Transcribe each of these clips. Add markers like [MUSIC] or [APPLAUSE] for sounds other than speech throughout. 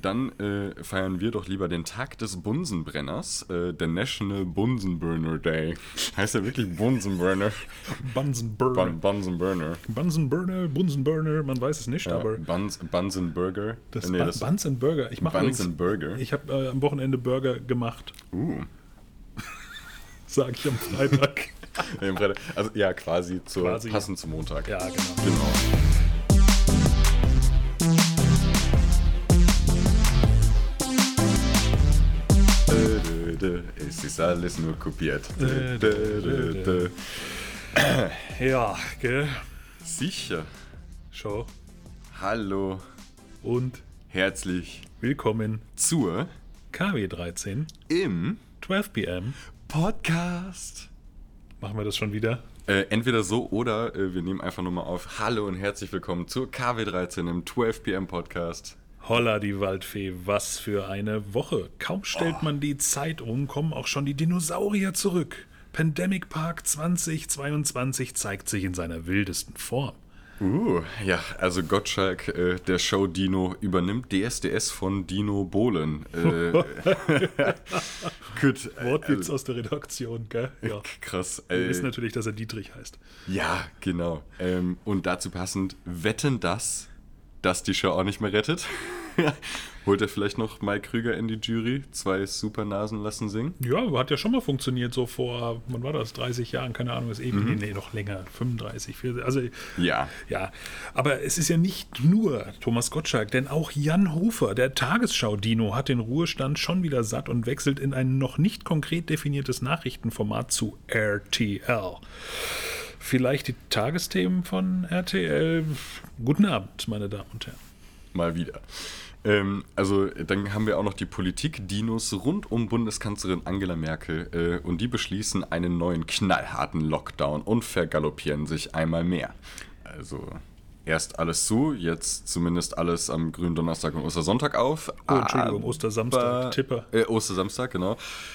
dann äh, feiern wir doch lieber den Tag des Bunsenbrenners, äh, der National Bunsenburner Day. Heißt ja wirklich Bunsenburner. Bunsenburner. Bun Bunsenburner. Bunsenburner, Bunsenburner, man weiß es nicht, Ja, aber Buns Bunsenburger. das, Äh, nee, Bu- das Buns and Burger. Ich mache übrigens- Bunsenburger. Ich habe äh, am Wochenende Burger gemacht, [LAUGHS] Uh. [LAUGHS] sage ich am Freitag. Nee, im Freitag- Also ja, quasi, zur, Quasi. passend zum Montag. ja, genau. Genau. Dö, dö, dö, Es ist alles nur kopiert. Dö, dö, dö, dö. Ja, gell? Sicher. Schau. Hallo, Und herzlich willkommen zur KW13, im 12 p.m. Podcast. Machen wir das schon wieder? Äh, entweder so oder äh, wir nehmen einfach nur mal auf. Hallo und herzlich willkommen zur KW13 im 12 PM Podcast. Holla, die Waldfee, was für eine Woche. Kaum stellt man die Zeit um, kommen auch schon die Dinosaurier zurück. Pandemic Park 2022 zeigt sich in seiner wildesten Form. Uh, ja, also Gottschalk, äh, der Show-Dino, übernimmt DSDS von Dino Bohlen. Äh, [LAUGHS] gut, äh, Wortwitz aus der Redaktion, gell? Ja. krass. Wir [LAUGHS] wissen Äh, natürlich, dass er Dietrich heißt. ja, genau. Ähm, und dazu passend, wetten das, dass die Show auch nicht mehr rettet? [LAUGHS] Holt er vielleicht noch Mike Krüger in die Jury? Zwei Supernasen lassen singen? Ja, hat ja schon mal funktioniert, so vor, wann war das, 30 Jahren, keine Ahnung, ist eben, nee, nee, noch länger, 35, 40, also Ja. ja. Aber es ist ja nicht nur Thomas Gottschalk, denn auch Jan Hofer, der Tagesschau-Dino, hat den Ruhestand schon wieder satt und wechselt in ein noch nicht konkret definiertes Nachrichtenformat zu RTL. Vielleicht die Tagesthemen von RTL. Guten Abend, meine Damen und Herren. Mal wieder. Ähm, also dann haben wir auch noch die Politik-Dinos rund um Bundeskanzlerin Angela Merkel äh, und die beschließen einen neuen knallharten Lockdown und vergaloppieren sich einmal mehr. Also erst alles zu, jetzt zumindest alles am grünen Donnerstag und Ostersonntag auf. Oh, Entschuldigung, Ostersamstag, Tipper. Äh, Ostersamstag, genau.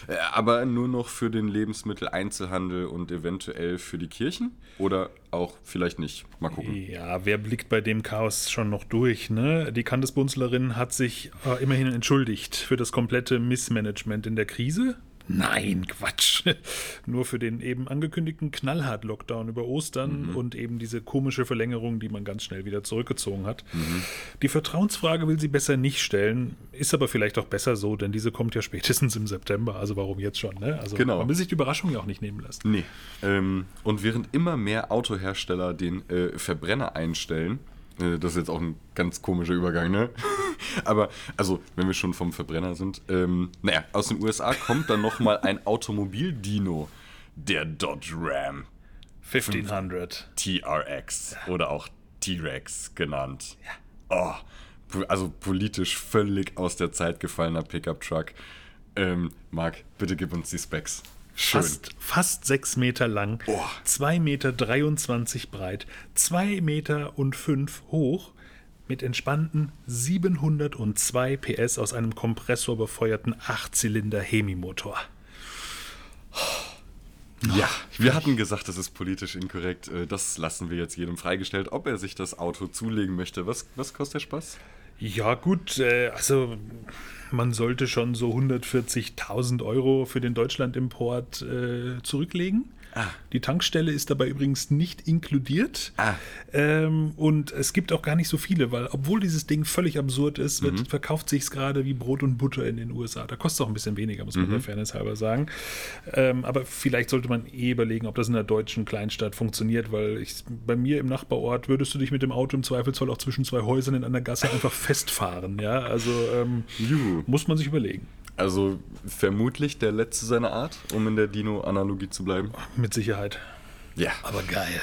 Äh, aber nur noch für den Lebensmitteleinzelhandel und eventuell für die Kirchen oder auch vielleicht nicht. Mal gucken. Ja, wer blickt bei dem Chaos schon noch durch? Ne? Die Kandesbunzlerin hat sich äh, immerhin entschuldigt für das komplette Missmanagement in der Krise. Nein, Quatsch. [LAUGHS] Nur für den eben angekündigten Knallhart-Lockdown über Ostern und eben diese komische Verlängerung, die man ganz schnell wieder zurückgezogen hat. Die Vertrauensfrage will sie besser nicht stellen, ist aber vielleicht auch besser so, denn diese kommt ja spätestens im September. Also warum jetzt schon? Ne? Also Genau. man will sich die Überraschung ja auch nicht nehmen lassen. Nee. Ähm, und während immer mehr Autohersteller den äh, Verbrenner einstellen, äh, das ist jetzt auch ein ganz komischer Übergang, ne? [LAUGHS] Aber, also, wenn wir schon vom Verbrenner sind, ähm, naja, aus den USA kommt dann nochmal ein Automobildino, der Dodge Ram 1500. TRX oder auch T-Rex genannt. Oh, po- also politisch völlig aus der Zeit gefallener Pickup-Truck. Ähm, Marc, bitte gib uns die Specs. Schön. Fast, fast sechs Meter lang, Boah. zwei Meter 23 breit, zwei Meter und fünf hoch, mit entspannten 702 PS aus einem Kompressor befeuerten Achtzylinder-Hemimotor. Ja, wir hatten gesagt, das ist politisch inkorrekt. Äh, Das lassen wir jetzt jedem freigestellt, ob er sich das Auto zulegen möchte. Was, was kostet der Spaß? Ja gut, äh, also man sollte schon so 140.000 Euro für den Deutschlandimport äh, zurücklegen. Die Tankstelle ist dabei übrigens nicht inkludiert. Ah. Ähm, und es gibt auch gar nicht so viele, weil obwohl dieses Ding völlig absurd ist, wird, verkauft sich es gerade wie Brot und Butter in den USA. Da kostet es auch ein bisschen weniger, muss man der Fairness halber sagen. Ähm, aber vielleicht sollte man eh überlegen, ob das in einer deutschen Kleinstadt funktioniert, weil ich, bei mir im Nachbarort würdest du dich mit dem Auto im Zweifelsfall auch zwischen zwei Häusern in einer Gasse einfach festfahren. Ja, also ähm, Juhu. muss man sich überlegen. Also vermutlich der letzte seiner Art, um in der Dino-Analogie zu bleiben. Mit Sicherheit. Ja. Aber geil.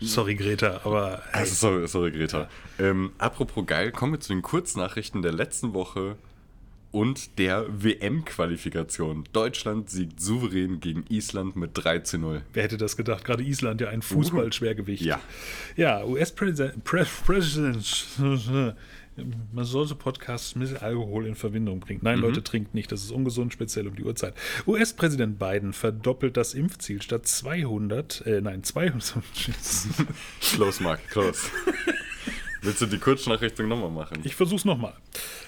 Sorry, Greta, aber äh, ey, Also, sorry, sorry, Greta. Ähm, apropos geil, kommen wir zu den Kurznachrichten der letzten Woche und der WM-Qualifikation. Deutschland siegt souverän gegen Island mit 3 zu 0. wer hätte das gedacht? Gerade Island, ja ein Fußballschwergewicht. Ja. [LAUGHS] Ja, US-Präsident. [LAUGHS] Man sollte Podcasts mit Alkohol in Verbindung bringen. Nein, Leute, trinkt nicht. Das ist ungesund, speziell um die Uhrzeit. US-Präsident Biden verdoppelt das Impfziel statt [LAUGHS] 200. Äh, nein, 200. [LAUGHS] Close, Mark, close. Willst du die Kurzschnachrichtung nochmal machen? Ich versuch's nochmal.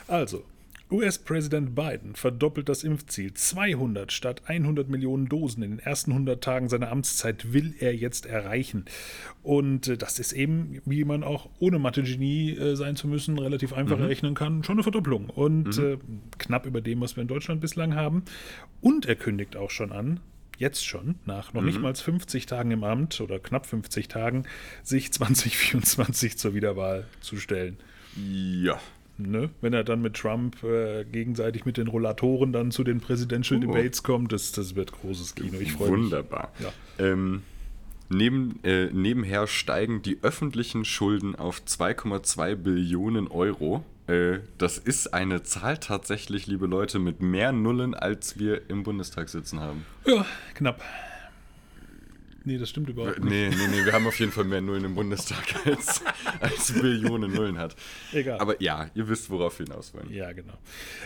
Also, US-Präsident Biden verdoppelt das Impfziel. 200 statt 100 Millionen Dosen in den ersten 100 Tagen seiner Amtszeit will er jetzt erreichen. Und äh, das ist eben, wie man auch ohne Mathe-Genie äh, sein zu müssen, relativ einfach errechnen kann, schon eine Verdopplung. Und äh, knapp über dem, was wir in Deutschland bislang haben. Und er kündigt auch schon an, jetzt schon, nach noch nicht mal 50 Tagen im Amt oder knapp 50 Tagen, sich 2024 zur Wiederwahl zu stellen. Ja. Ne? Wenn er dann mit Trump äh, gegenseitig mit den Rollatoren dann zu den Presidential Oh. Debates kommt, das, das wird großes Kino. Ich freue mich. Wunderbar. Ja. Ähm, neben, äh, nebenher steigen die öffentlichen Schulden auf 2,2 Billionen Euro. Äh, das ist eine Zahl tatsächlich, liebe Leute, mit mehr Nullen, als wir im Bundestag sitzen haben. Ja, knapp. Nee, das stimmt überhaupt nicht. Äh, [LAUGHS] Nee, nee, nee, wir haben auf jeden Fall mehr Nullen im Bundestag, [LAUGHS] als, als Billionen Nullen hat. Egal. Aber ja, ihr wisst, worauf wir hinaus wollen. Ja, genau.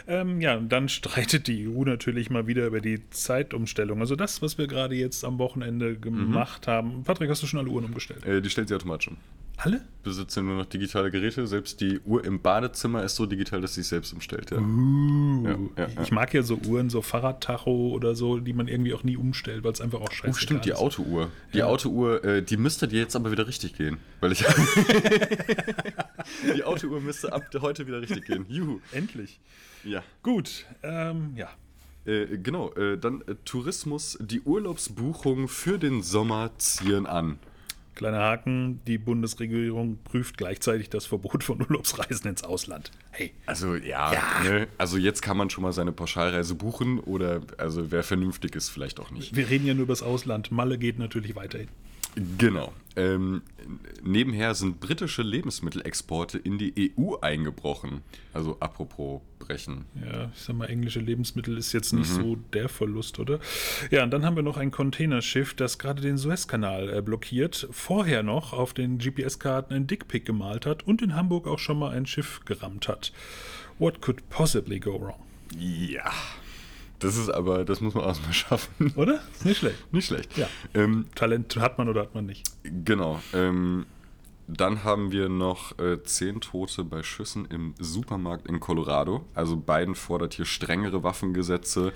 Ähm, ja, und dann streitet die EU natürlich mal wieder über die Zeitumstellung. Also das, was wir gerade jetzt am Wochenende gemacht Mhm. haben. Patrick, hast du schon alle Uhren umgestellt? Äh, die stellt sie automatisch um. Alle? Besitzen nur noch digitale Geräte. Selbst die Uhr im Badezimmer ist so digital, dass sie sich selbst umstellt. Ja. Uh, Ja, ja, ja. Ich mag ja so Uhren, so Fahrradtacho oder so, die man irgendwie auch nie umstellt, weil es einfach auch scheiße Oh, stimmt, die ist. Autouhr. Die Autouhr, äh, die müsste dir jetzt aber wieder richtig gehen. Weil [LAUGHS] ich. die Autouhr müsste ab heute wieder richtig gehen. Juhu. Endlich. Ja. Gut, ähm, ja. Äh, genau, äh, dann äh, Tourismus, die Urlaubsbuchung für den Sommer ziehen an. Kleiner Haken, die Bundesregierung prüft gleichzeitig das Verbot von [LAUGHS] Urlaubsreisen ins Ausland. Hey, Also ja, Ne? also jetzt kann man schon mal seine Pauschalreise buchen oder also wer vernünftig ist, vielleicht auch nicht. wir reden ja nur über das Ausland. Malle geht natürlich weiterhin. Genau. Ähm, nebenher sind britische Lebensmittelexporte in die EU eingebrochen. Also apropos brechen. Ja, ich sag mal, englische Lebensmittel ist jetzt nicht so der Verlust, oder? Ja, und dann haben wir noch ein Containerschiff, das gerade den Suezkanal äh, blockiert, vorher noch auf den GPS-Karten ein Dickpick gemalt hat und in Hamburg auch schon mal ein Schiff gerammt hat. What could possibly go wrong? Ja. Das ist aber, das muss man erstmal [LAUGHS] schaffen. Oder? Ist nicht schlecht. Nicht schlecht. Ja. Ähm, Talent hat man oder hat man nicht. genau. Ähm, dann haben wir noch äh, zehn Tote bei Schüssen im Supermarkt in Colorado. Also Biden fordert hier strengere Waffengesetze.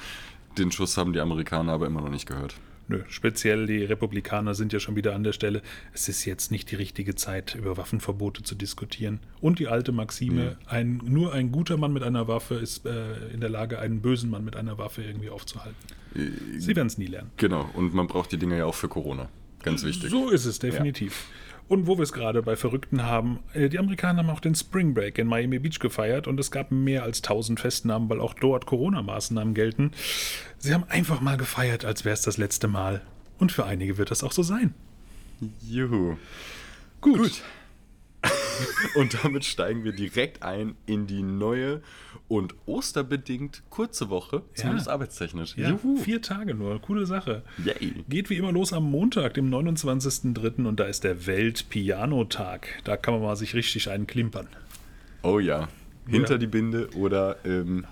Den Schuss haben die Amerikaner aber immer noch nicht gehört. Nö, speziell die Republikaner sind ja schon wieder an der Stelle. Es ist jetzt nicht die richtige Zeit, über Waffenverbote zu diskutieren. Und die alte Maxime, ein, nur ein guter Mann mit einer Waffe ist äh, in der Lage, einen bösen Mann mit einer Waffe irgendwie aufzuhalten. Sie werden es nie lernen. Genau. Und man braucht die Dinger ja auch für Corona. Ganz wichtig. So ist es definitiv. Und wo wir es gerade bei Verrückten haben, äh, die Amerikaner haben auch den Spring Break in Miami Beach gefeiert und es gab mehr als 1000 Festnahmen, weil auch dort Corona-Maßnahmen gelten. Sie haben einfach mal gefeiert, als wäre es das letzte Mal. Und für einige wird das auch so sein. Juhu. Gut. [LAUGHS] und damit steigen wir direkt ein in die neue und osterbedingt kurze Woche, zumindest arbeitstechnisch. Ja, vier Tage nur. Coole Sache. Yay. Geht wie immer los am Montag, dem 29.03. und da ist der Welt-Piano-Tag. Da kann man mal sich richtig einen klimpern. Oh ja. Hinter Ja. die Binde oder ähm,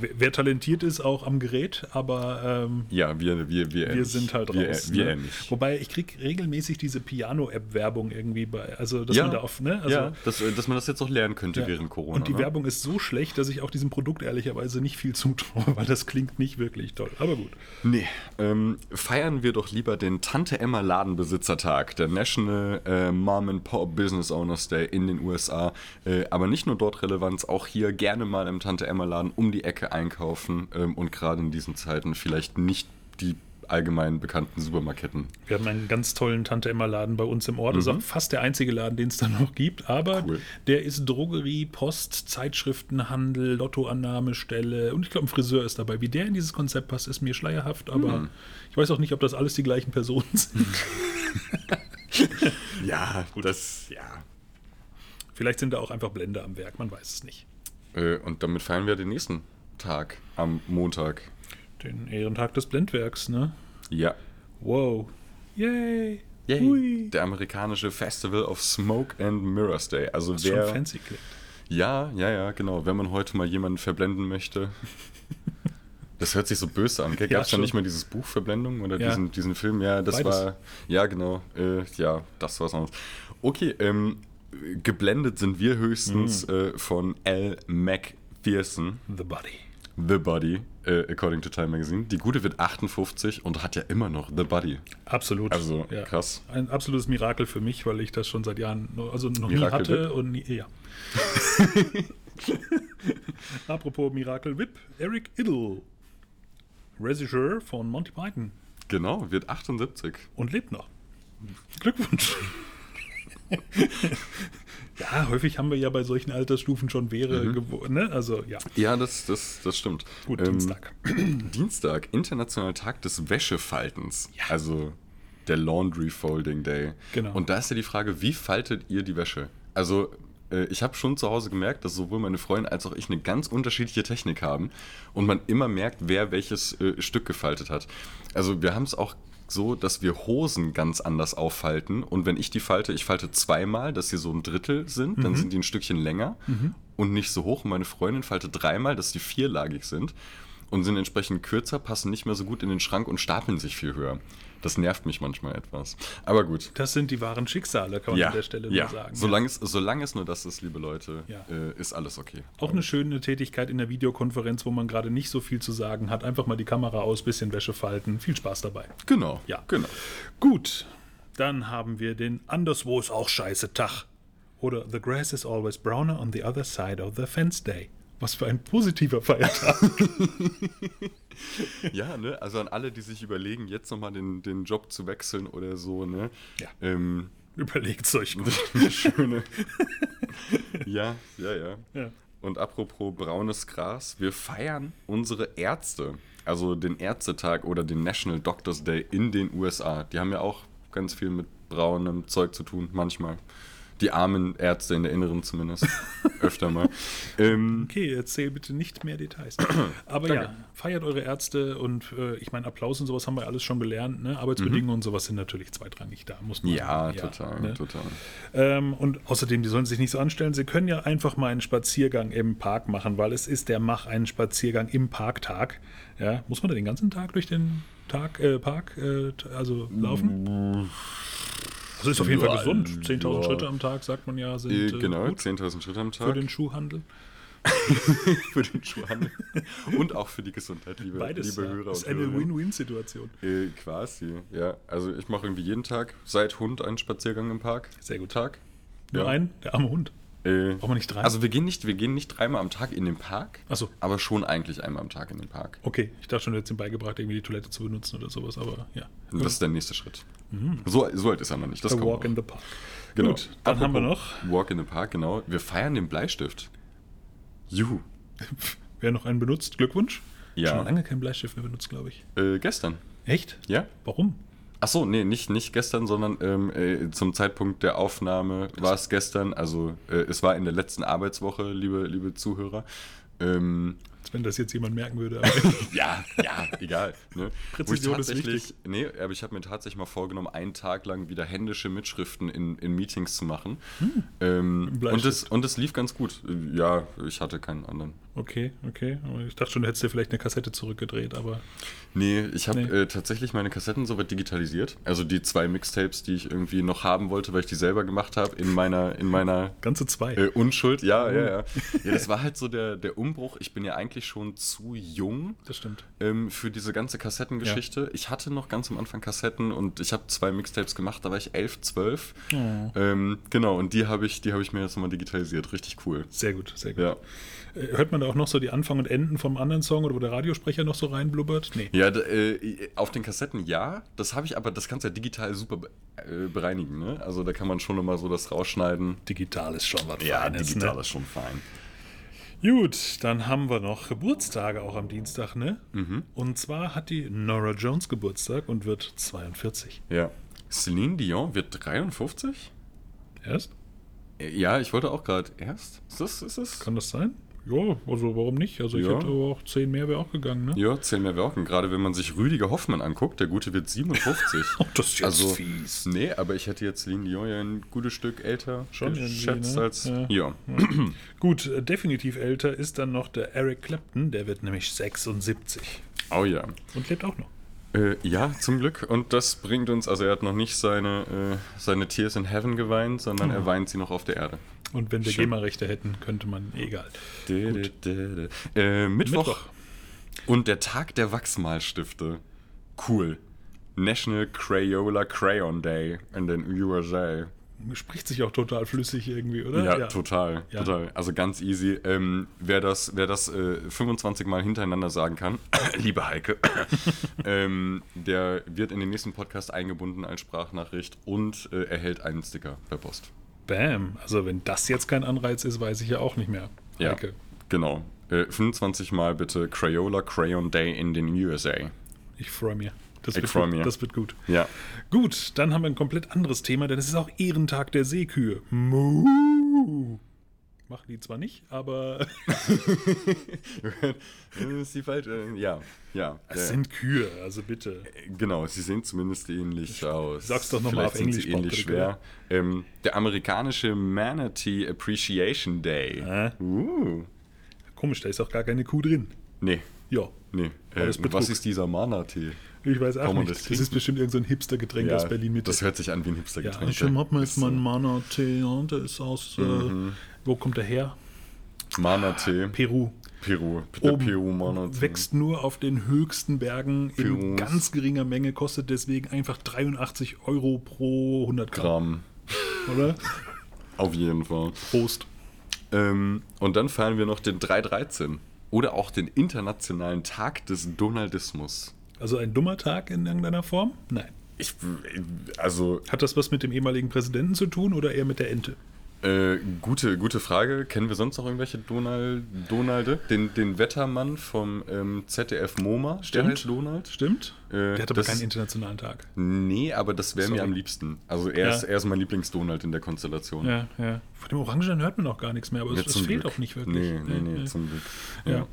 Wer, wer talentiert ist, auch am Gerät, aber ähm, ja, wir, wir, wir, wir sind halt wir, raus. Wir ne? ähnlich. Wobei ich krieg regelmäßig diese Piano-App-Werbung irgendwie bei, also dass man da auf, ne? Also, ja dass, äh, dass man das jetzt auch lernen könnte ja. während Corona. Und die ne? Werbung ist so schlecht, dass ich auch diesem Produkt ehrlicherweise nicht viel zutraue, [LAUGHS] weil das klingt nicht wirklich toll. Aber gut. Nee, ähm, feiern wir doch lieber den Tante Emma Ladenbesitzertag, der National äh, Mom and Pop Business Owners Day in den USA. Äh, aber nicht nur dort Relevanz, auch hier gerne mal im Tante Emma Laden um die Ecke einkaufen ähm, und gerade in diesen Zeiten vielleicht nicht die allgemein bekannten Supermarketten. Wir haben einen ganz tollen Tante Emma Laden bei uns im Ort. Das ist auch fast der einzige Laden, den es da noch gibt. Aber Mhm. Cool. der ist Drogerie, Post, Zeitschriftenhandel, Lottoannahmestelle und ich glaube, ein Friseur ist dabei. Wie der in dieses Konzept passt, ist mir schleierhaft. Aber Mhm. ich weiß auch nicht, ob das alles die gleichen Personen sind. [LAUGHS] Ja, gut. Das, ja. Vielleicht sind da auch einfach Blender am Werk. Man weiß es nicht. Äh, und damit feiern wir den nächsten Tag am Montag. Den Ehrentag des Blendwerks, ne? Ja. Wow. Yay. Yay. Hui. Der amerikanische Festival of Smoke and Mirrors Day. Also Das ist wer schon fancy klingt. Ja, ja, ja, genau. Wenn man heute mal jemanden verblenden [LAUGHS] möchte. Das hört sich so böse an. Gab es Ja, schon schon. nicht mal dieses Buch Verblendung oder Ja. diesen, diesen Film? Ja, das Beides. war. Ja, genau. Äh, ja, das war's sonst. Okay, ähm, geblendet sind wir höchstens Mhm. äh, von L. McPherson, The Body. The Buddy, äh, according to Time Magazine. Die Gute wird 58 und hat ja immer noch The Buddy. Absolut. Also, krass. Ein absolutes Mirakel für mich, weil ich das schon seit Jahren, no- also noch nie Mirakel hatte Whip? und nie, [LAUGHS] ja. Apropos Mirakel Whip, Eric Idle, Regisseur von Monty Python Genau, wird 78. und lebt noch. [LAUGHS] Glückwunsch. ja, häufig haben wir ja bei solchen Altersstufen schon wäre, gewo- ne? Also ja, Ja, das, das, das stimmt. gut, Mhm. Ähm, Dienstag. Dienstag, Internationaler Tag des Wäschefaltens. Also der Laundry Folding Day. Genau. Und da ist ja die Frage, wie faltet ihr die Wäsche? Also äh, ich habe schon zu Hause gemerkt, dass sowohl meine Freundin als auch ich eine ganz unterschiedliche Technik haben und man immer merkt, wer welches äh, Stück gefaltet hat. Also wir haben es auch so, dass wir Hosen ganz anders auffalten und wenn ich die falte, ich falte zweimal, dass sie so ein Drittel sind, dann sind die ein Stückchen länger und nicht so hoch. Und meine Freundin falte dreimal, dass die vierlagig sind und sind entsprechend kürzer, passen nicht mehr so gut in den Schrank und stapeln sich viel höher. Das nervt mich manchmal etwas. Aber gut. Das sind die wahren Schicksale, kann man Ja, an der Stelle ja. nur sagen. ne? Solange, es, solange es nur das ist, liebe Leute, Ja. äh, ist alles okay. Auch eine schöne Tätigkeit in der Videokonferenz, wo man gerade nicht so viel zu sagen hat. Einfach mal die Kamera aus, bisschen Wäsche falten. Viel Spaß dabei. Genau. Ja. [LAUGHS] Genau. Gut, dann haben wir den Anderswo ist auch scheiße Tag. Oder The grass is always browner on the other side of the fence day. Was für ein [LAUGHS] positiver Feiertag. Ja, ne? Also an alle, die sich überlegen, jetzt nochmal den, den Job zu wechseln oder so, ne? Ja. [LAUGHS] Ähm, [LAUGHS] Überlegt's euch gut. schöne. ja, ja, ja, Ja. Und apropos braunes Gras, wir feiern unsere Ärzte, also den Ärztetag oder den National Doctors Day in den USA. Die haben ja auch ganz viel mit braunem Zeug zu tun, manchmal. Die armen Ärzte in der Inneren zumindest. [LAUGHS] Öfter mal. Ähm, Okay, erzähl bitte nicht mehr Details. [CLEARS THROAT] Aber ja, feiert eure Ärzte und äh, ich meine, Applaus und sowas haben wir alles schon gelernt. Ne? Arbeitsbedingungen und sowas sind natürlich zweitrangig da. Muss man ja, total, ne? total. Ähm, und außerdem, die sollen sich nicht so anstellen. Sie können ja einfach mal einen Spaziergang im Park machen, weil es ist der Mach einen Spaziergang im Parktag. Ja, muss man da den ganzen Tag durch den Tag, äh, Park äh, t- also laufen? Das ist auf jeden Fall Ja, gesund. 10.000 ja. Schritte am Tag, sagt man ja, sind Äh, äh, Genau, gut 10.000 Schritte am für Tag. den Schuhhandel. für den Schwan. [LAUGHS] Und auch für die Gesundheit, liebe, Beides liebe ja. Hörer ist und eine Hörerinnen. Win-Win-Situation. Äh, quasi, ja. Also ich mache irgendwie jeden Tag seit Hund einen Spaziergang im Park. Sehr gut. Tag. Nur Ja. ein, der arme Hund. Äh, Brauchen wir nicht drei? Also wir gehen nicht, wir gehen nicht dreimal am Tag in den Park, Ach so. aber schon eigentlich einmal am Tag in den Park. Okay, ich dachte schon, du hättest ihm beigebracht, irgendwie die Toilette zu benutzen oder sowas, aber ja. Und Das ist der nächste Schritt. Mhm. So, so alt ist er noch nicht. Das A kommt walk noch. in the park. genau. Gut, dann haben wir noch. Apropos Walk in the Park, genau. Wir feiern den Bleistift. Juhu. Wer noch einen benutzt, Glückwunsch. Ja. Schon lange kein Bleistift mehr benutzt, glaube ich. Äh, gestern. Echt? Ja? Warum? Achso, nee, nicht, nicht gestern, sondern ähm, äh, zum Zeitpunkt der Aufnahme war es gestern. Also äh, es war in der letzten Arbeitswoche, liebe, liebe Zuhörer. Ähm, Als wenn das jetzt jemand merken würde. Aber [LAUGHS] ja, ja, egal. Ne? Präzision Wo ich ist wichtig. tatsächlich- Nee, aber ich habe mir tatsächlich mal vorgenommen, einen Tag lang wieder händische Mitschriften in, in Meetings zu machen. Ähm, und, Hm. Bleistift. das, und das lief ganz gut. Ja, ich hatte keinen anderen. okay, okay. Aber Ich dachte schon, du hättest dir vielleicht eine Kassette zurückgedreht, aber Nee, ich habe Nee. äh, tatsächlich meine Kassetten soweit digitalisiert. Also die zwei Mixtapes, die ich irgendwie noch haben wollte, weil ich die selber gemacht habe, in meiner, in meiner ganze zwei. Äh, Unschuld, ja, ja, ja. Mhm. Ja, das war halt so der, der Umbruch. Ich bin ja eigentlich schon zu jung Das stimmt. ähm, für diese ganze Kassettengeschichte. Ich hatte noch ganz am Anfang Kassetten und ich habe zwei Mixtapes gemacht, da war ich 11, 12. Ja. Ähm, genau, und die habe ich, die hab ich mir jetzt nochmal digitalisiert. Richtig cool. Sehr gut, sehr gut. Ja. Äh, Hört man da auch noch so die Anfang und Enden vom anderen Song oder wo der Radiosprecher noch so reinblubbert? Nee. Ja, d- äh, auf den Kassetten ja, das habe ich aber, das kannst du ja digital super be- äh, bereinigen, ne? Also da kann man schon nochmal so das rausschneiden. Digital ist schon was Feines, ne? schon fein. Gut, dann haben wir noch Geburtstage auch am Dienstag, ne? Und zwar hat die Nora Jones Geburtstag und wird 42. Ja. Celine Dion wird 53? Erst? Ja, ich wollte auch gerade erst. Ist das, ist das? Kann das sein? Ja, also warum nicht? Also ich Ja. hätte aber auch 10 mehr wäre auch gegangen, ne? Ja, zählen mehr Werken. Gerade wenn man sich Rüdiger Hoffmann anguckt, der Gute wird 57. [LAUGHS] Oh, das ist jetzt also, fies. Nee, aber ich hätte jetzt Celine Dion ja ein gutes Stück älter Schon irgendwie, geschätzt ne? als... Ja. Ja. [CLEARS THROAT] Gut, äh, definitiv älter ist dann noch der Eric Clapton, der wird nämlich 76 Oh ja. und lebt auch noch. Äh, ja, zum Glück. Und das bringt uns, also er hat noch nicht seine, äh, seine Tears in Heaven geweint, sondern er weint sie noch auf der Erde. Und wenn wir Schön. GEMA-Rechte hätten, könnte man, egal. Dä, dä, dä, dä. Äh, Mittwoch. Und der Tag der Wachsmalstifte. Cool. National Crayola Crayon Day in den USA. Spricht sich auch total flüssig irgendwie, oder? Ja, total, Ne? Ja. total. Also ganz easy. Ähm, wer das, wer das äh, 25 Mal hintereinander sagen kann, [COUGHS] liebe Heike, ähm, der wird in den nächsten Podcast eingebunden als Sprachnachricht und äh, erhält einen Sticker per Post. Bam. Also wenn das jetzt kein Anreiz ist, weiß ich ja auch nicht mehr. Ja, Heike. genau. Äh, 25 Mal bitte Crayola Crayon Day in den USA. Ich freue mich. Das Ich wird freu gut. mich. Das wird gut. Ja. [LAUGHS] [LAUGHS] Gut, dann haben wir ein komplett anderes Thema, denn es ist auch Ehrentag der Seekühe. Mu. Machen die zwar nicht, aber [LAUGHS] ist die falsche? Ja, ja. es ja. sind Kühe, also bitte. Genau, sie sehen zumindest ähnlich aus. sag's doch noch Vielleicht mal auf sind Englisch, Sie ähnlich Patrick, schwer. Ähm, der amerikanische Manatee Appreciation Day. Hä? Uh. Komisch, da ist auch gar keine Kuh drin. Nee, Ja, nee. War Äh, das Betrug? was ist dieser Manatee? ich weiß auch Kann man nicht. das Das, trinken? ist bestimmt irgendein so ein Hipster-Getränk aus Berlin-Mitte. Das hört sich an wie ein hipster Ja, also ich hab mir jetzt mal einen Mana-Tee, ja, der ist aus, Mhm. äh, wo kommt der her? Manatee, Peru. Mhm. Peru. Der Oben Peru-Manatee. wächst nur auf den höchsten Bergen in Perus. ganz geringer Menge, kostet deswegen einfach 83 Euro pro 100 Gramm, Gramm. oder? Auf jeden Fall. Prost. Ähm, und dann feiern wir noch den 313. Oder auch den Internationalen Tag des Donaldismus. Also ein dummer Tag in irgendeiner Form? Nein. Ich, also Hat das was mit dem ehemaligen Präsidenten zu tun oder eher mit der Ente? Äh, gute, gute Frage. Kennen wir sonst noch irgendwelche Donald, Donalde? Den, den Wettermann vom ähm, ZDF MoMA, der heißt Donald. Stimmt. Äh, der hat aber das- keinen internationalen Tag. Nee, aber das wäre Sorry. mir am liebsten. Also er, Ja. ist, er ist mein Lieblings-Donald in der Konstellation. Ja, ja. Von dem Orangenen hört man auch gar nichts mehr, aber Ja, es, es zum fehlt Glück. auch nicht wirklich. Nee, nee, nee, zum Glück. Ja.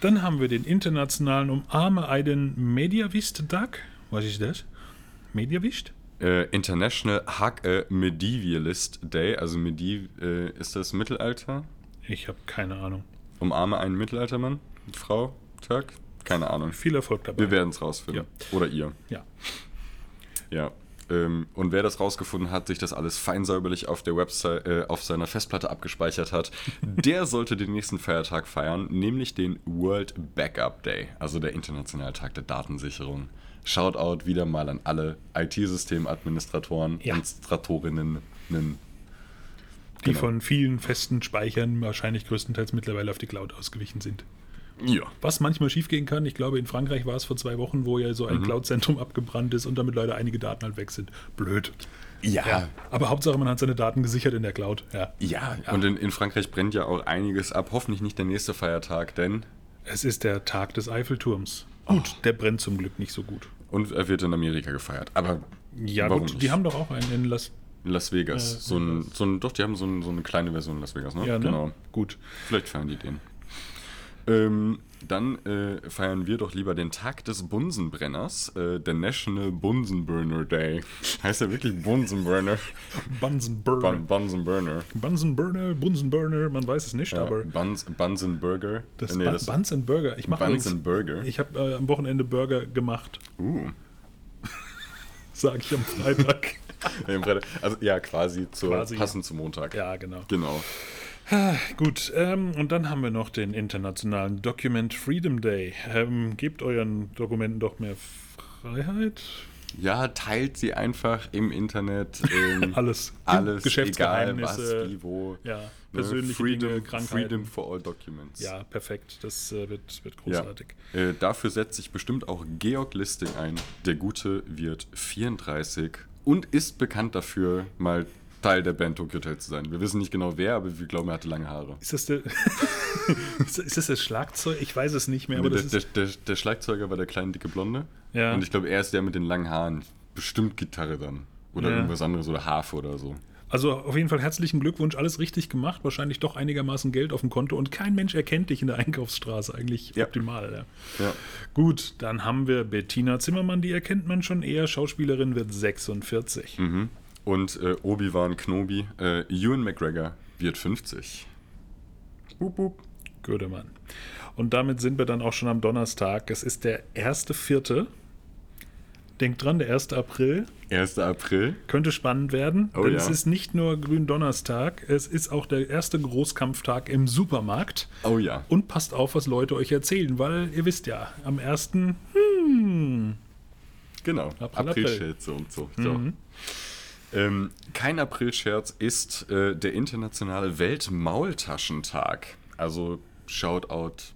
Dann haben wir den internationalen um Umarme einen Mediavist-Tag. Was ist das? Mediavist? Äh, International Hug a Medievalist Day, also Mediev äh, ist das Mittelalter? Ich habe keine Ahnung. Umarme einen Mittelaltermann? Frau? Tag? Keine Ahnung. Viel Erfolg dabei. Wir werden es rausfinden. Oder ihr. ja. Ja. Ähm, und wer das rausgefunden hat, sich das alles feinsäuberlich auf der Website, äh, auf seiner Festplatte abgespeichert [LAUGHS] hat, der sollte den nächsten Feiertag feiern, nämlich den World Backup Day, also der internationale Tag der Datensicherung. Shoutout wieder mal an alle IT-Systemadministratoren, Ja. Administratorinnen. nen. Die Genau. von vielen festen Speichern wahrscheinlich größtenteils mittlerweile auf die Cloud ausgewichen sind. Ja. Was manchmal schiefgehen kann, ich glaube, in Frankreich war es vor zwei Wochen, wo ja so Mhm. ein Cloud-Zentrum abgebrannt ist und damit leider einige Daten halt weg sind. Blöd. Ja. ja. Aber Hauptsache, man hat seine Daten gesichert in der Cloud. Ja. und in, in Frankreich brennt ja auch einiges ab. Hoffentlich nicht der nächste Feiertag, denn. Es ist der Tag des Eiffelturms. Gut, Oh. der brennt zum Glück nicht so gut. Und er wird in Amerika gefeiert. Aber Ja, warum gut, nicht? die haben doch auch einen in Las In Las Vegas. Äh, so, ein, so ein, doch, die haben so, ein, so eine kleine Version in Las Vegas, ne? Ja, ne? Genau. Gut. Vielleicht feiern die den. Ähm, dann äh, feiern wir doch lieber den Tag des Bunsenbrenners, äh, der National Bunsenburner Day. [LAUGHS] Heißt ja wirklich Bunsenburner? Bunsenburner. Bun Bunsenburner. Bunsenburner, Bunsenburner, man weiß es nicht, Ja, aber Buns Bunsenburger. das, Äh, nee, Bu- das Buns and Burger. Ich mache Buns and Burger. Ich habe äh, am Wochenende Burger gemacht, [LAUGHS] Uh. sage ich am [LAUGHS] Freitag. Also ja, quasi, zur, Quasi, passend zum Montag. ja, genau. Genau. Gut, ähm, und dann haben wir noch den internationalen Document Freedom Day. Ähm, gebt euren Dokumenten doch mehr Freiheit. Ja, teilt sie einfach im Internet. [LAUGHS] ähm, Alles. Alles, egal was, Geschäftsgeheimnisse. wie, wo. ja, Ne, persönliche Freedom, Dinge, Krankheiten. Freedom for all documents. Ja, perfekt. Das äh, wird, wird Ja. großartig. Äh, dafür setzt sich bestimmt auch Georg Listing ein. Der Gute wird 34 und ist bekannt dafür, mal Teil der Band Tokyo Hotel zu sein. Wir wissen nicht genau wer, aber wir glauben, er hatte lange Haare. Ist das der, [LAUGHS] ist das- ist das, das Schlagzeug? Ich weiß es nicht mehr, aber Nee, das der, ist. der, der, der Schlagzeuger war der kleine dicke Blonde. Ja. Und ich glaube, er ist der mit den langen Haaren. Bestimmt Gitarre dann. Oder Ja. irgendwas anderes oder Harfe oder so. Also auf jeden Fall herzlichen Glückwunsch, alles richtig gemacht, wahrscheinlich doch einigermaßen Geld auf dem Konto und kein Mensch erkennt dich in der Einkaufsstraße. Eigentlich Ja. optimal. Ja. Ja. Gut, dann haben wir Bettina Zimmermann, die erkennt man schon eher. Schauspielerin wird 46. Mhm. Und äh, Obi-Wan Knobi, äh, Ewan McGregor wird 50. Boop, boop. Guter Mann. Und damit sind wir dann auch schon am Donnerstag. Es ist der erste Vierte. Denkt dran, der 1. April 1. April. könnte spannend werden, Oh denn ja. es ist nicht nur Gründonnerstag, es ist auch der erste Großkampftag im Supermarkt. Oh ja. Und passt auf, was Leute euch erzählen, weil ihr wisst ja, am 1. Genau, April, Mhm. Aprilscherze und so. so. Ähm, kein Aprilscherz ist äh, der internationale Weltmaultaschentag. Also Shoutout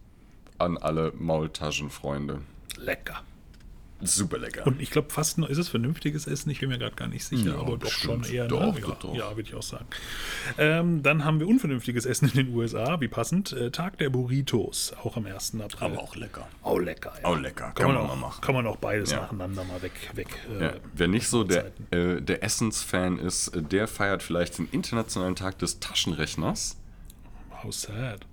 an alle Maultaschenfreunde. lecker. Super lecker. Und ich glaube, fast noch ist es vernünftiges Essen. Ich bin mir gerade gar nicht sicher, Ja, aber doch bestimmt. schon eher. Doch, ne? ja, doch. ja würde ich auch sagen. Ähm, dann haben wir unvernünftiges Essen in den USA, wie passend. Äh, Tag der Burritos, auch am 1. April. lecker. auch lecker. Ja. Auch lecker, Kann, man, auch, mal machen. kann man auch beides Ja. nacheinander mal weg. weg Ja, äh, wer nicht so der, Mahlzeiten. äh, der Essensfan ist, äh, der feiert vielleicht den internationalen Tag des Taschenrechners. How sad.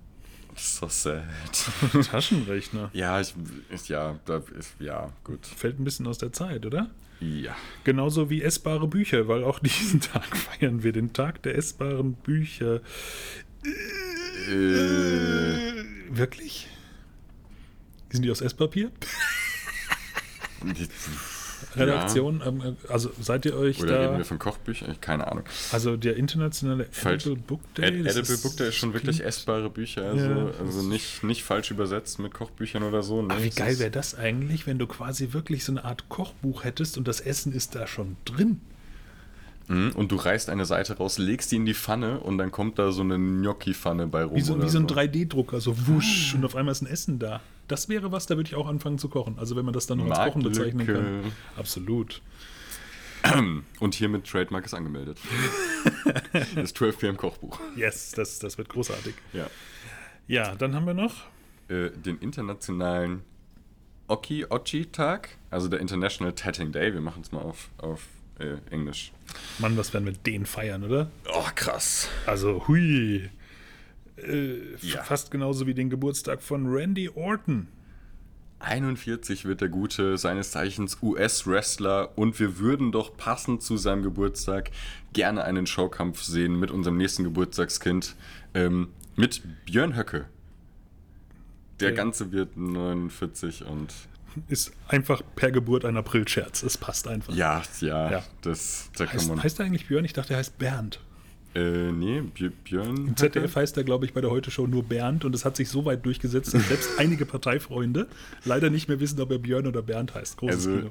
So sad. [LAUGHS] Taschenrechner. [LAUGHS] ja, ich, ich- ja, da ist, ja, gut. Fällt ein bisschen aus der Zeit, oder? Ja. Genauso wie essbare Bücher, weil auch [LAUGHS] diesen Tag feiern wir, den Tag der essbaren Bücher. Äh, Wirklich? Sind die aus Esspapier? Redaktion, ähm, also seid ihr euch Oder reden da. wir von Kochbüchern? Ich- Keine Ahnung. Also der internationale Falsch. Edible Book Day. Ed das Edible Book Day ist schon wirklich klingt- essbare Bücher, also, Ja, das also nicht, nicht falsch übersetzt mit Kochbüchern oder so. Ah, nee, wie es geil ne? ist- wäre das eigentlich, wenn du quasi wirklich so eine Art Kochbuch hättest und das Essen ist da schon drin? Mhm, Und du reißt eine Seite raus, legst die in die Pfanne und dann kommt da so eine Gnocchi-Pfanne bei rum. Wie so, Oh, oder Ah. wie so ein 3D-Drucker, so wusch und auf einmal ist ein Essen da. Das wäre was, da würde ich auch anfangen zu kochen. Also wenn man das dann noch als Kochen bezeichnen kann. Marktlücke. Absolut. Und hiermit Trademark ist [LAUGHS] angemeldet. das 12 PM Kochbuch. Yes, das, das wird großartig. Ja. Ja, dann haben wir noch. Äh, den internationalen Oki-Ochi-Tag, also der International Tatting Day. Wir machen es mal auf, auf äh, Englisch. Mann, was werden wir den feiern, oder? Oh, krass. Also, hui. Äh, f- Ja. Fast genauso wie den Geburtstag von Randy Orton. 41 wird der gute, seines Zeichens US-Wrestler und wir würden doch passend zu seinem Geburtstag gerne einen Showkampf sehen mit unserem nächsten Geburtstagskind, ähm, mit Björn Höcke. Der Ja. Ganze wird 49 und Ist einfach per Geburt ein April-Scherz. Es passt einfach. ja, ja, Ja. das, da kann Heißt, man. heißt er eigentlich Björn? Ich dachte, er heißt Bernd. äh, nee, Bj Björn. Im ZDF heißt er, glaube ich, bei der Heute-Show nur Bernd und es hat sich so weit durchgesetzt, dass [LAUGHS] selbst einige Parteifreunde leider nicht mehr wissen, ob er Björn oder Bernd heißt. Großes Also, Kino.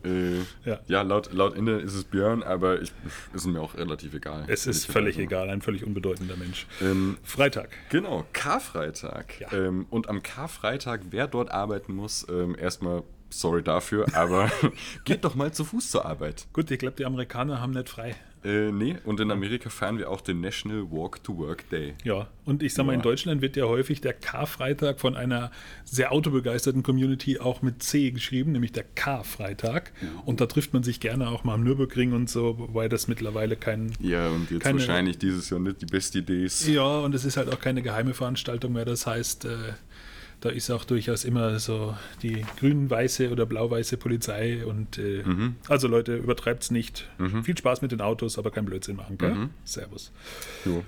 äh, ja, Ja. laut, laut Ende ist es Björn, aber ich, ist mir auch relativ egal. Es ist Ehrlicherweise. völlig egal, ein völlig unbedeutender Mensch. also Ähm, Freitag. Genau, Karfreitag. Ja. Ähm, und am Karfreitag, wer dort arbeiten muss, ähm, erstmal sorry dafür, aber [LAUGHS] geht doch mal zu Fuß zur Arbeit. Gut, ich glaube, die Amerikaner haben nicht frei. Äh, nee, und in Amerika feiern wir auch den National Walk to Work Day. Ja, und ich sag mal, Ja. in Deutschland wird ja häufig der Karfreitag von einer sehr autobegeisterten Community auch mit C geschrieben, nämlich der Karfreitag. Und da trifft man sich gerne auch mal am Nürburgring und so, wobei das mittlerweile kein. Ja, und jetzt Keine- wahrscheinlich dieses Jahr nicht die beste Idee ist. Ja, und es ist halt auch keine geheime Veranstaltung mehr. Das heißt, äh, da ist auch durchaus immer so die grün-weiße oder blau-weiße Polizei. Und äh, also Leute, übertreibt's nicht. Viel Spaß mit den Autos, aber kein Blödsinn machen, gell? Servus. Jo.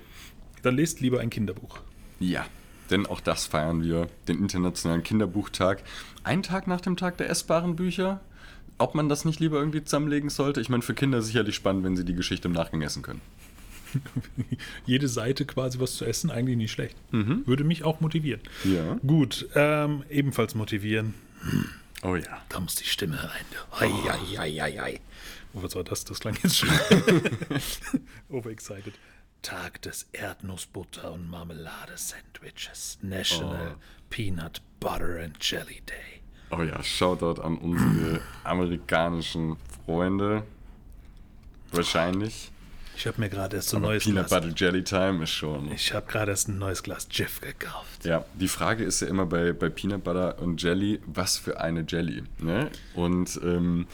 Dann lest lieber ein Kinderbuch. Ja, denn auch das feiern wir, den Internationalen Kinderbuchtag. Einen Tag nach dem Tag der essbaren Bücher. Ob man das nicht lieber irgendwie zusammenlegen sollte? Ich meine, für Kinder sicherlich spannend, wenn sie die Geschichte im Nachgang essen können. [LAUGHS] jede Seite quasi was zu essen, eigentlich nicht schlecht. Würde mich auch motivieren. Mhm. Ja. Gut, ähm, ebenfalls motivieren. Oh ja. Da muss die Stimme rein. Ei, ei, ei, ei, ei. Oh, was war das? Das klang [LAUGHS] jetzt schon. Overexcited. Tag des Erdnussbutter- und Marmelade-Sandwiches. National Peanut Butter and Jelly Day. Oh ja, Shoutout an unsere amerikanischen Freunde. Wahrscheinlich. Ich habe mir gerade erst so ein neues Peanut Glas. Butter Jelly Time ist schon. Ich habe gerade erst ein neues Glas Jeff gekauft. Ja, die Frage ist ja immer bei, bei Peanut Butter und Jelly, was für eine Jelly. Ne? Und ähm,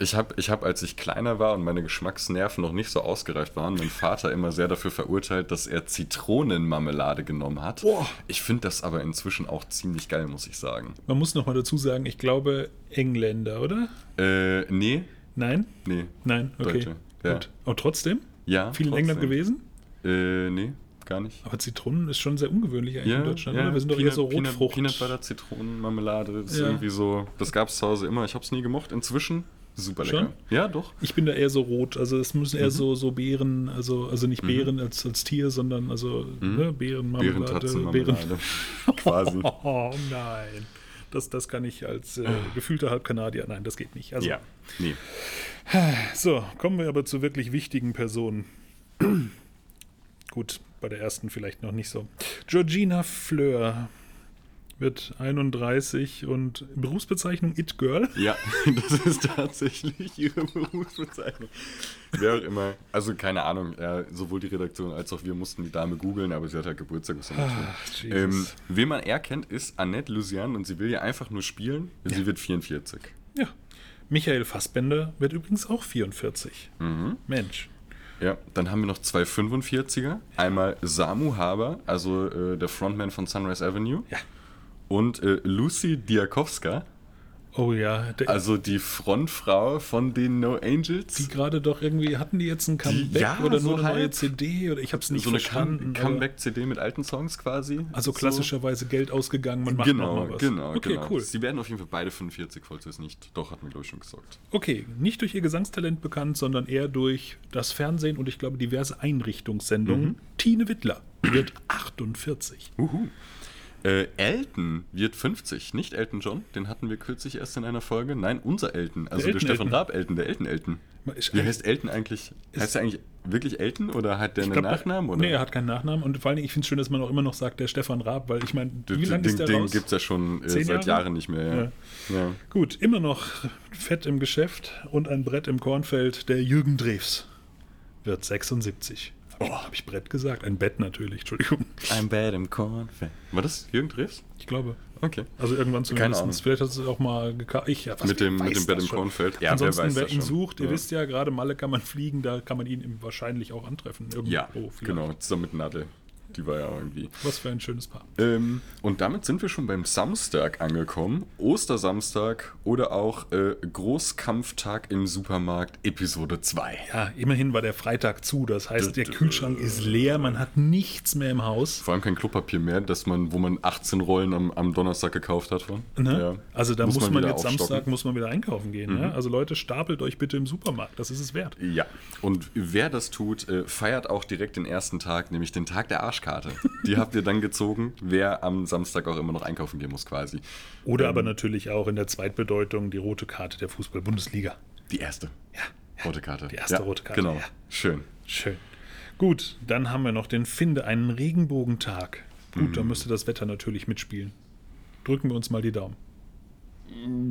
ich habe, ich hab, als ich kleiner war und meine Geschmacksnerven noch nicht so ausgereift waren, meinen Vater immer sehr dafür verurteilt, dass er Zitronenmarmelade genommen hat. Boah. Ich finde das aber inzwischen auch ziemlich geil, muss ich sagen. Man muss noch mal dazu sagen, ich glaube Engländer, oder? Äh, nee, Nein? nee. Nein, okay. Deutsche, ja. Gut. Und trotzdem? Ja, Viel in trotzdem. England gewesen? Äh, nee, gar nicht. Aber Zitronen ist schon sehr ungewöhnlich eigentlich in Deutschland, oder? Wir sind doch eher so Peanut, Rotfrucht. Peanut Butter, Zitronenmarmelade, das ist Ja. irgendwie so, das gab es zu Hause immer. Ich habe es nie gemocht. Inzwischen Super lecker. Schon? Ja, doch. Ich bin da eher so rot. Also es müssen eher mhm. so, so Beeren, also, also nicht Beeren mhm. als, als Tier, sondern also mhm. ne, Beerenmarmelade. [LAUGHS] Beeren [LAUGHS] Quasi. Ah. Oh nein. Das, das kann ich als äh, gefühlter Halbkanadier. Nein, das geht nicht. Also, ja, nee. So, kommen wir aber zu wirklich wichtigen Personen. [CLEARS THROAT] Gut, bei der ersten vielleicht noch nicht so. Georgina Fleur wird 31 und Berufsbezeichnung It Girl. Ja, [LAUGHS] das ist tatsächlich ihre [LAUGHS] Berufsbezeichnung. Wer auch immer. Also keine Ahnung, ja, sowohl die Redaktion als auch wir mussten die Dame googeln, aber sie hat halt Geburtstag. Was Ah, Ach, ähm, wen man erkennt, ist Annette Lucian und sie will ja einfach nur spielen. Sie ja. wird 44. Ja. Michael Fassbender wird übrigens auch 44. Hm. Mhm. Mensch. Ja, dann haben wir noch zwei 45er. Einmal Samu Haber, also äh, der Frontman von Sunrise Avenue. Ja und äh, Lucy Diakowska. Oh ja. also die Frontfrau von den No Angels. Die gerade doch irgendwie, hatten die jetzt ein Comeback die, ja, oder so nur eine neue CD? Oder ich habe es nicht so verstanden. So eine Comeback-CD mit alten Songs quasi. Also klassischerweise so. Geld ausgegangen, man macht genau, nochmal was. Genau, okay, genau. cool. Sie werden auf jeden Fall beide 45, falls es nicht, doch, hat mir glaube ich schon gesagt. Okay, nicht durch ihr Gesangstalent bekannt, sondern eher durch das Fernsehen und ich glaube diverse Einrichtungssendungen. Mhm. Tine Wittler wird 48. Uhu. Äh, Elton wird 50, nicht Elton John, den hatten wir kürzlich erst in einer Folge. Nein, unser Elton, also der, Elton, der Stefan Raab Elton, der Elton Elton. Wie heißt Elton eigentlich? Heißt er eigentlich wirklich Elton oder hat der einen glaub, Nachnamen? Oder? Nee, er hat keinen Nachnamen und vor allen Dingen, ich finde es schön, dass man auch immer noch sagt, der Stefan Raab, weil ich meine, wie lange ist der Den gibt es ja schon äh, seit Jahre? Jahren nicht mehr. Ja. Ja. Ja. Gut, immer noch Fett im Geschäft und ein Brett im Kornfeld, der Jürgen Drews wird 76. Oh, habe ich Brett gesagt? Ein Bett natürlich, Entschuldigung. Ein Bett im Kornfeld. War das Jürgen Drews? Ich glaube. Okay. Also irgendwann zumindest. Vielleicht hast du es auch mal gekauft. Ich, ja, mit dem, mit dem Bett im Kornfeld. Ja, Ansonsten, wer, wer ihn schon. sucht, ihr ja. wisst ja, gerade Malle kann man fliegen, da kann man ihn wahrscheinlich auch antreffen. Irgendwo ja, Oh, vielleicht. genau, zusammen mit Nadel. Die war ja irgendwie. Was für ein schönes Paar. Ähm, und damit sind wir schon beim Samstag angekommen. Ostersamstag oder auch äh, Großkampftag im Supermarkt, Episode 2. Ja, immerhin war der Freitag zu. Das heißt, der Kühlschrank ist leer, man hat nichts mehr im Haus. Vor allem kein Klopapier mehr, dass man, wo man 18 Rollen am, am Donnerstag gekauft hat. Ne? Ja. Also da muss, muss man, man jetzt aufstocken. Samstag muss man wieder einkaufen gehen. Mhm. Ja? Also Leute, stapelt euch bitte im Supermarkt. Das ist es wert. Ja. Und wer das tut, äh, feiert auch direkt den ersten Tag, nämlich den Tag der Arsch. Karte. Die habt ihr dann gezogen, wer am Samstag auch immer noch einkaufen gehen muss, quasi. Oder ähm, aber natürlich auch in der Zweitbedeutung die rote Karte der Fußball-Bundesliga. Die erste. Ja, ja. Rote Karte. Die erste ja, rote Karte. Genau. Ja. Schön. Schön. Gut, dann haben wir noch den Finde einen Regenbogentag. Gut, mhm. da müsste das Wetter natürlich mitspielen. Drücken wir uns mal die Daumen.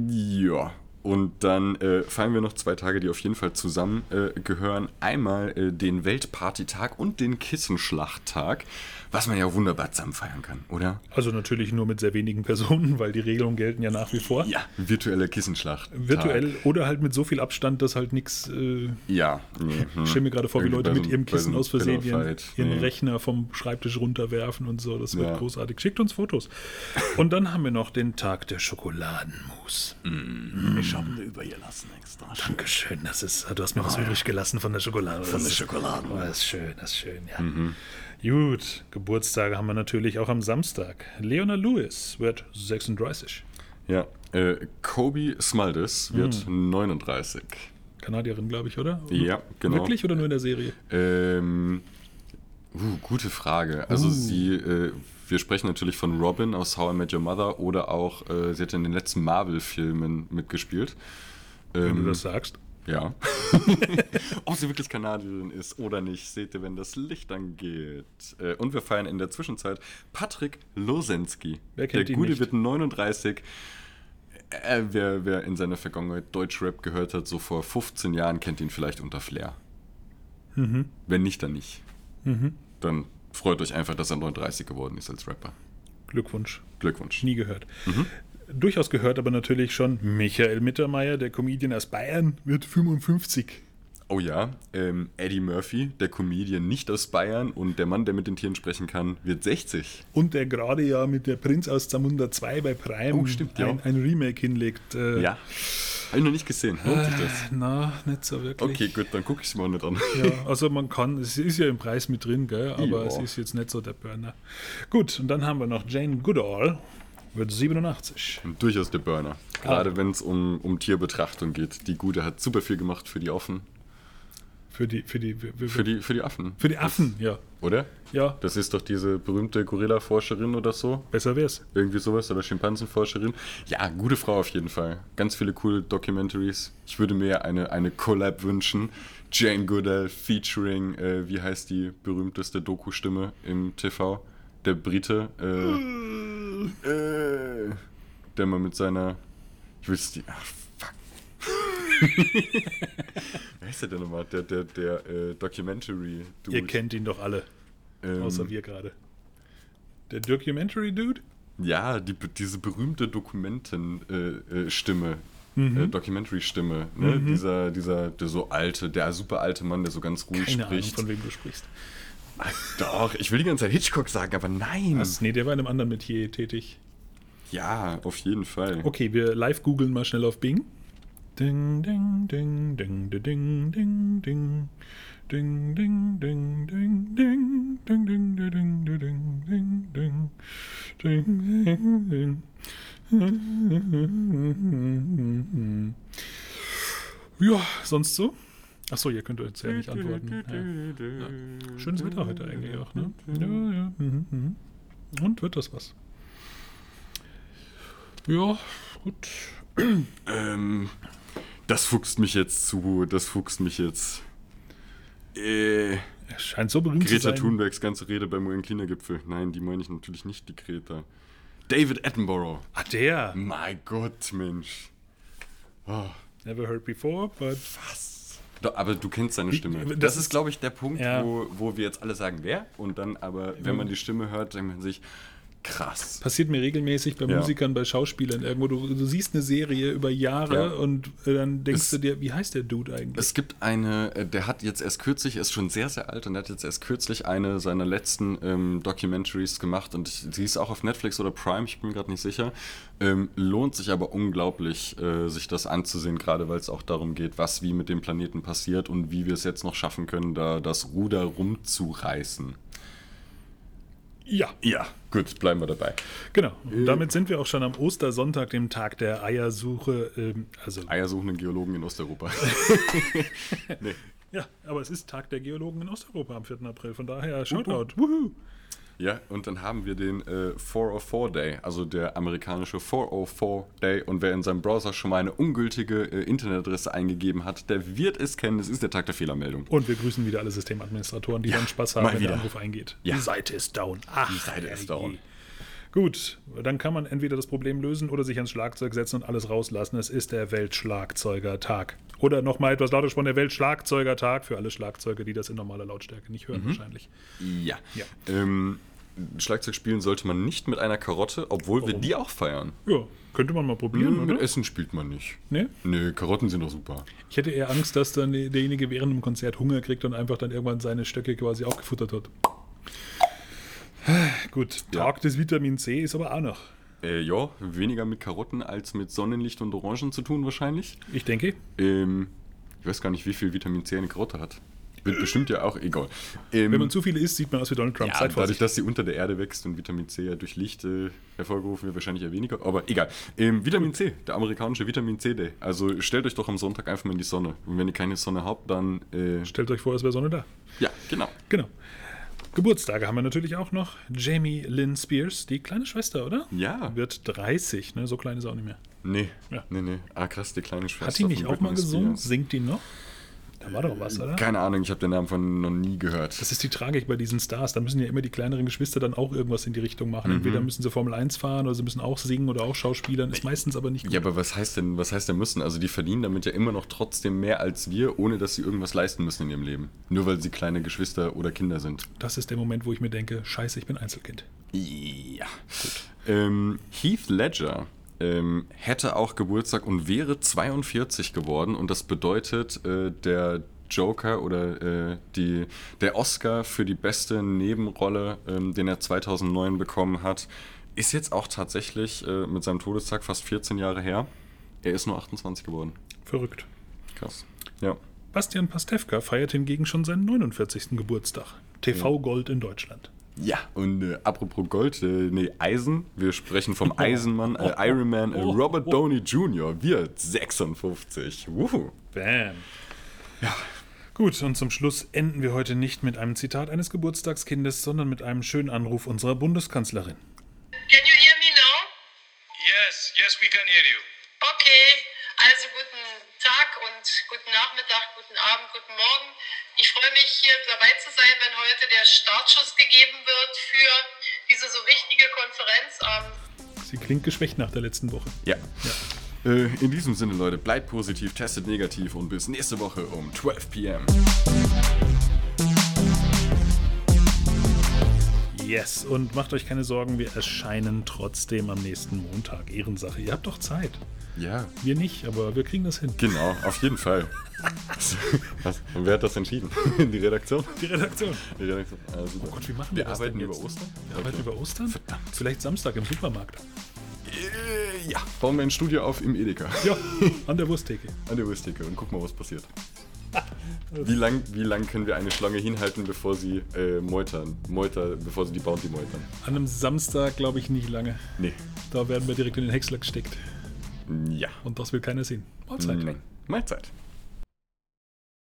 Ja, und dann äh, feiern wir noch zwei Tage, die auf jeden Fall zusammen äh, gehören. Einmal äh, den Weltpartytag und den Kissenschlachttag, was man ja wunderbar zusammen feiern kann, oder? Also natürlich nur mit sehr wenigen Personen, [LAUGHS] weil die Regelungen gelten ja nach wie vor. Ja, virtuelle Kissenschlacht. Virtuell oder halt mit so viel Abstand, dass halt nichts. ja. Nee, hm. Ich stelle mir gerade vor, wie Leute mit ihrem Kissen aus Versehen ihren, ihren nee. Rechner vom Schreibtisch runterwerfen und so. Das wird Mhm. ja. großartig. Schickt uns Fotos. und dann haben wir noch den Tag der Schokoladenmus. Mm. Ich haben wir übergelassen extra. Schön. Mhm. Dankeschön, das ist, du hast mir oh, was übrig gelassen von der Schokolade. Von der Schokolade. Oh, das ist schön, das ist schön, ja. Mhm. Gut, Geburtstage haben wir natürlich auch am Samstag. Leona Lewis wird 36. Ja, äh, Kobe Smaldes wird mhm. 39. Kanadierin, glaube ich, oder? Ja, genau. Wirklich oder nur in der Serie? Ähm, uh, gute Frage. Also uh. sie... Äh, wir sprechen natürlich von Robin aus How I Met Your Mother oder auch, äh, sie hat in den letzten Marvel-Filmen mitgespielt. Ähm, wenn du das sagst. Ja. [LAUGHS] Ob sie wirklich Kanadierin ist oder nicht, seht ihr, wenn das Licht angeht. Äh, und wir feiern in der Zwischenzeit Patrick Losensky. Wer kennt der ihn Gute nicht? wird 39. Äh, wer, wer in seiner Vergangenheit Deutschrap gehört hat, so vor 15 Jahren, kennt ihn vielleicht unter Flair. Mhm. Wenn nicht, dann nicht. Mhm. Dann freut euch einfach, dass er 39 geworden ist als Rapper. Glückwunsch. Glückwunsch. Nie gehört. Mhm. Durchaus gehört aber natürlich schon Michael Mittermeier, der Comedian aus Bayern, wird 55. Oh ja, ähm, Eddie Murphy, der Comedian nicht aus Bayern und der Mann, der mit den Tieren sprechen kann, wird 60. Und der gerade ja mit der Prinz aus Zamunda 2 bei Prime oh, stimmt, ja. ein, ein, Remake hinlegt. Äh, Äh, ja. Habe ich noch nicht gesehen. Lohnt sich das? Na, nicht so Ah, wirklich. Okay, gut, dann gucke ich es mir auch nicht an. [LAUGHS] Ja, also man kann, es ist ja im Preis mit drin, gell, aber ja. es ist jetzt nicht so der Burner. Gut, und dann haben wir noch Jane Goodall, wird 87. Durchaus der Burner. Gerade wenn es um, um Tierbetrachtung geht. Die Gute hat super viel gemacht für die Affen. Für die, für die, für, für, Für die, für die Affen. für die Affen, ja. Oder? Ja, Das ist doch diese berühmte Gorilla-Forscherin oder so. besser wär's. Irgendwie sowas. Oder Schimpansenforscherin. Ja, gute Frau auf jeden Fall. Ganz viele coole Documentaries. Ich würde mir eine, eine Collab wünschen. Jane Goodall featuring, äh, wie heißt die berühmteste Doku-Stimme im TV? Der Brite. Mm. Äh, äh, der mal mit seiner. Ich will es die. Ach, fuck. [LAUGHS] Wer ist der denn nochmal? Der, der, der äh, Documentary-Dude. Ihr kennt ihn doch alle, Ähm, außer wir gerade. Der Documentary Dude? Ja, die, diese berühmte Dokumenten-Stimme, äh, äh, Stimme, Mhm. äh, Documentary-Stimme, ne? dieser, dieser, der so alte, der super alte Mann, der so ganz ruhig Keine Ahnung, spricht. von wem du sprichst. Ah, Doch, ich will die ganze Zeit Hitchcock sagen, aber nein. Was? Nee, der war in einem anderen Metier tätig. Ja, auf jeden Fall. Okay, wir live googeln mal schnell auf Bing. Ding, ding, ding, ding, ding, ding, ding, ding. Ding, ding, ding, ding, ding, ding, ding, ding, ding, ding, ding, ding, ding, ding, ding. Ja, sonst so? Achso, ihr könnt jetzt ja nicht antworten. Ja. Schönes Wetter heute eigentlich auch, ne? Ja, ja. Mhm, mhm. Und wird das was? Ja, gut. Ähm, das fuchst mich jetzt zu, das fuchst mich jetzt. Äh, Er scheint so berühmt zu Greta sein. Thunbergs ganze Rede beim UN-Klimagipfel. Nein, die meine ich natürlich nicht, die Greta. David Attenborough. Ah, der. Mein Gott, Mensch. Oh, Never heard before, but was? Doch, aber du kennst seine Stimme. das Das, ist- ist, glaube ich, der Punkt, Ja. wo, wo wir jetzt alle sagen, wer? Und dann aber, wenn man die Stimme hört, denkt man sich, krass. passiert mir regelmäßig bei Ja. Musikern, bei Schauspielern irgendwo. Du, du siehst eine Serie über Jahre Ja. und äh, dann denkst Es- du dir, wie heißt der Dude eigentlich? Es gibt eine, äh, der hat jetzt erst kürzlich, er ist schon sehr, sehr alt und hat jetzt erst kürzlich eine seiner letzten ähm, Documentaries gemacht und ich, sie ist auch auf Netflix oder Prime, ich bin mir gerade nicht sicher. Ähm, lohnt sich aber unglaublich, äh, sich das anzusehen, gerade weil es auch darum geht, was wie mit dem Planeten passiert und wie wir es jetzt noch schaffen können, da das Ruder rumzureißen. ja, Ja, gut, bleiben wir dabei. genau. Und damit sind wir auch schon am Ostersonntag, dem Tag der Eiersuche. Ähm, also, Eiersuchenden Geologen in Osteuropa. ja, aber es ist Tag der Geologen in Osteuropa am 4. April. Von daher, Shoutout. Wuhu. Ja, und dann haben wir den äh, 404 Day, also der amerikanische 404 Day. Und wer in seinem Browser schon mal eine ungültige äh, Internetadresse eingegeben hat, der wird es kennen. Es ist der Tag der Fehlermeldung. Und wir grüßen wieder alle Systemadministratoren, die dann Spaß haben, mal wenn der wieder. Anruf eingeht. Ja. Die Seite ist down. Ach, Die Seite ist herrje. down. Gut, dann kann man entweder das Problem lösen oder sich ans Schlagzeug setzen und alles rauslassen. Es ist der Weltschlagzeugertag. Oder nochmal etwas lauter von der Weltschlagzeugertag für alle Schlagzeuger, die das in normaler Lautstärke nicht Mhm. hören wahrscheinlich. Ja. Ja. Ähm, Schlagzeug spielen sollte man nicht mit einer Karotte, obwohl wir die auch feiern. Hm, Ja, könnte man mal probieren, mit oder? Essen spielt man nicht. Nee? Nö, Karotten sind doch super. Ich hätte eher Angst, dass dann derjenige während dem Konzert Hunger kriegt und einfach dann irgendwann seine Stöcke quasi aufgefuttert hat. Gut, Ja. Tag des Vitamin C ist aber auch noch. Äh, ja, weniger mit Karotten als mit Sonnenlicht und Orangen zu tun wahrscheinlich. Ich denke, Ähm, ich weiß gar nicht, wie viel Vitamin C eine Karotte hat. Wird bestimmt ja auch egal. Ähm, Wenn man zu viele isst, sieht man aus wie Donald Trump. ja, Seid dadurch, vorsichtig. dass sie unter der Erde wächst und Vitamin C ja durch Licht äh, hervorgerufen wird, wahrscheinlich eher weniger. Aber egal. Ähm, Vitamin C, der amerikanische Vitamin C Day. Also stellt euch doch am Sonntag einfach mal in die Sonne. Und wenn ihr keine Sonne habt, dann. Äh, Stellt euch vor, es wäre Sonne da. ja, genau. Genau. Geburtstage haben wir natürlich auch noch. Jamie Lynn Spears, die kleine Schwester, oder? Ja. Wird 30, ne? So klein ist sie auch nicht mehr. Nee. Ja. Nee, nee. Ah, krass, die kleine Schwester. Hat die nicht von auch mal Britney gesungen? Spears. Singt die noch? Da war doch was, oder? Keine Ahnung, ich habe den Namen von noch nie gehört. Das ist die Tragik bei diesen Stars. Da müssen ja immer die kleineren Geschwister dann auch irgendwas in die Richtung machen. Mhm. Entweder müssen sie Formel 1 fahren oder sie müssen auch singen oder auch Schauspielern. Ist meistens aber nicht gut. Ja, aber was heißt denn, was heißt denn müssen? Also die verdienen damit ja immer noch trotzdem mehr als wir, ohne dass sie irgendwas leisten müssen in ihrem Leben. Nur weil sie kleine Geschwister oder Kinder sind. Das ist der Moment, wo ich mir denke, scheiße, ich bin Einzelkind. Ja. Ähm, Heath Ledger ähm, hätte auch Geburtstag und wäre 42 geworden und das bedeutet, äh, der Joker oder äh, die, der Oscar für die beste Nebenrolle, ähm, den er 2009 bekommen hat, ist jetzt auch tatsächlich äh, mit seinem Todestag fast 14 Jahre her. Er ist nur 28 geworden. Verrückt. Krass. Ja. Bastian Pastewka feiert hingegen schon seinen 49. Geburtstag. TV Gold in Deutschland. Ja, und äh, apropos Gold, äh, nee, Eisen, wir sprechen vom Oh. Eisenmann, äh, Iron Man, äh, Robert Downey Jr., wird 56. Wuhu. Bam. Ja. Gut, und zum Schluss enden wir heute nicht mit einem Zitat eines Geburtstagskindes, sondern mit einem schönen Anruf unserer Bundeskanzlerin. Can you hear me now? Yes, yes, we can hear you. Okay, also guten Tag und guten Nachmittag, guten Abend, guten Morgen. Ich freue mich, hier dabei zu sein, wenn heute der Startschuss gegeben wird für diese so wichtige Konferenz am Sie klingt geschwächt nach der letzten Woche. Ja. Äh, in diesem Sinne, Leute, bleibt positiv, testet negativ und bis nächste Woche um 12 p.m. Yes, und macht euch keine Sorgen, wir erscheinen trotzdem am nächsten Montag. Ehrensache, ihr habt doch Zeit. Ja, Wir nicht, aber wir kriegen das hin. genau, auf jeden [LAUGHS] Fall. Was, und wer hat das entschieden? [LAUGHS] Die Redaktion? Die Redaktion. Die Redaktion. Ah, super. Oh Gott, wie machen wir wir, das arbeiten denn über jetzt? Ostern? Wir arbeiten über Ostern? Verdammt. Vielleicht Samstag im Supermarkt. Äh, ja, bauen wir ein Studio auf im Edeka. Ja, an der Wursttheke. An der Wurstdecke und guck mal, was passiert. Wie lang, wie lang können wir eine Schlange hinhalten, bevor sie äh, meutern? Meuter, bevor sie die Bounty meutern? An einem Samstag glaube ich nicht lange. Nee. Da werden wir direkt in den Häcksler gesteckt. Ja. Und das will keiner sehen. Mahlzeit. Nein. Mahlzeit.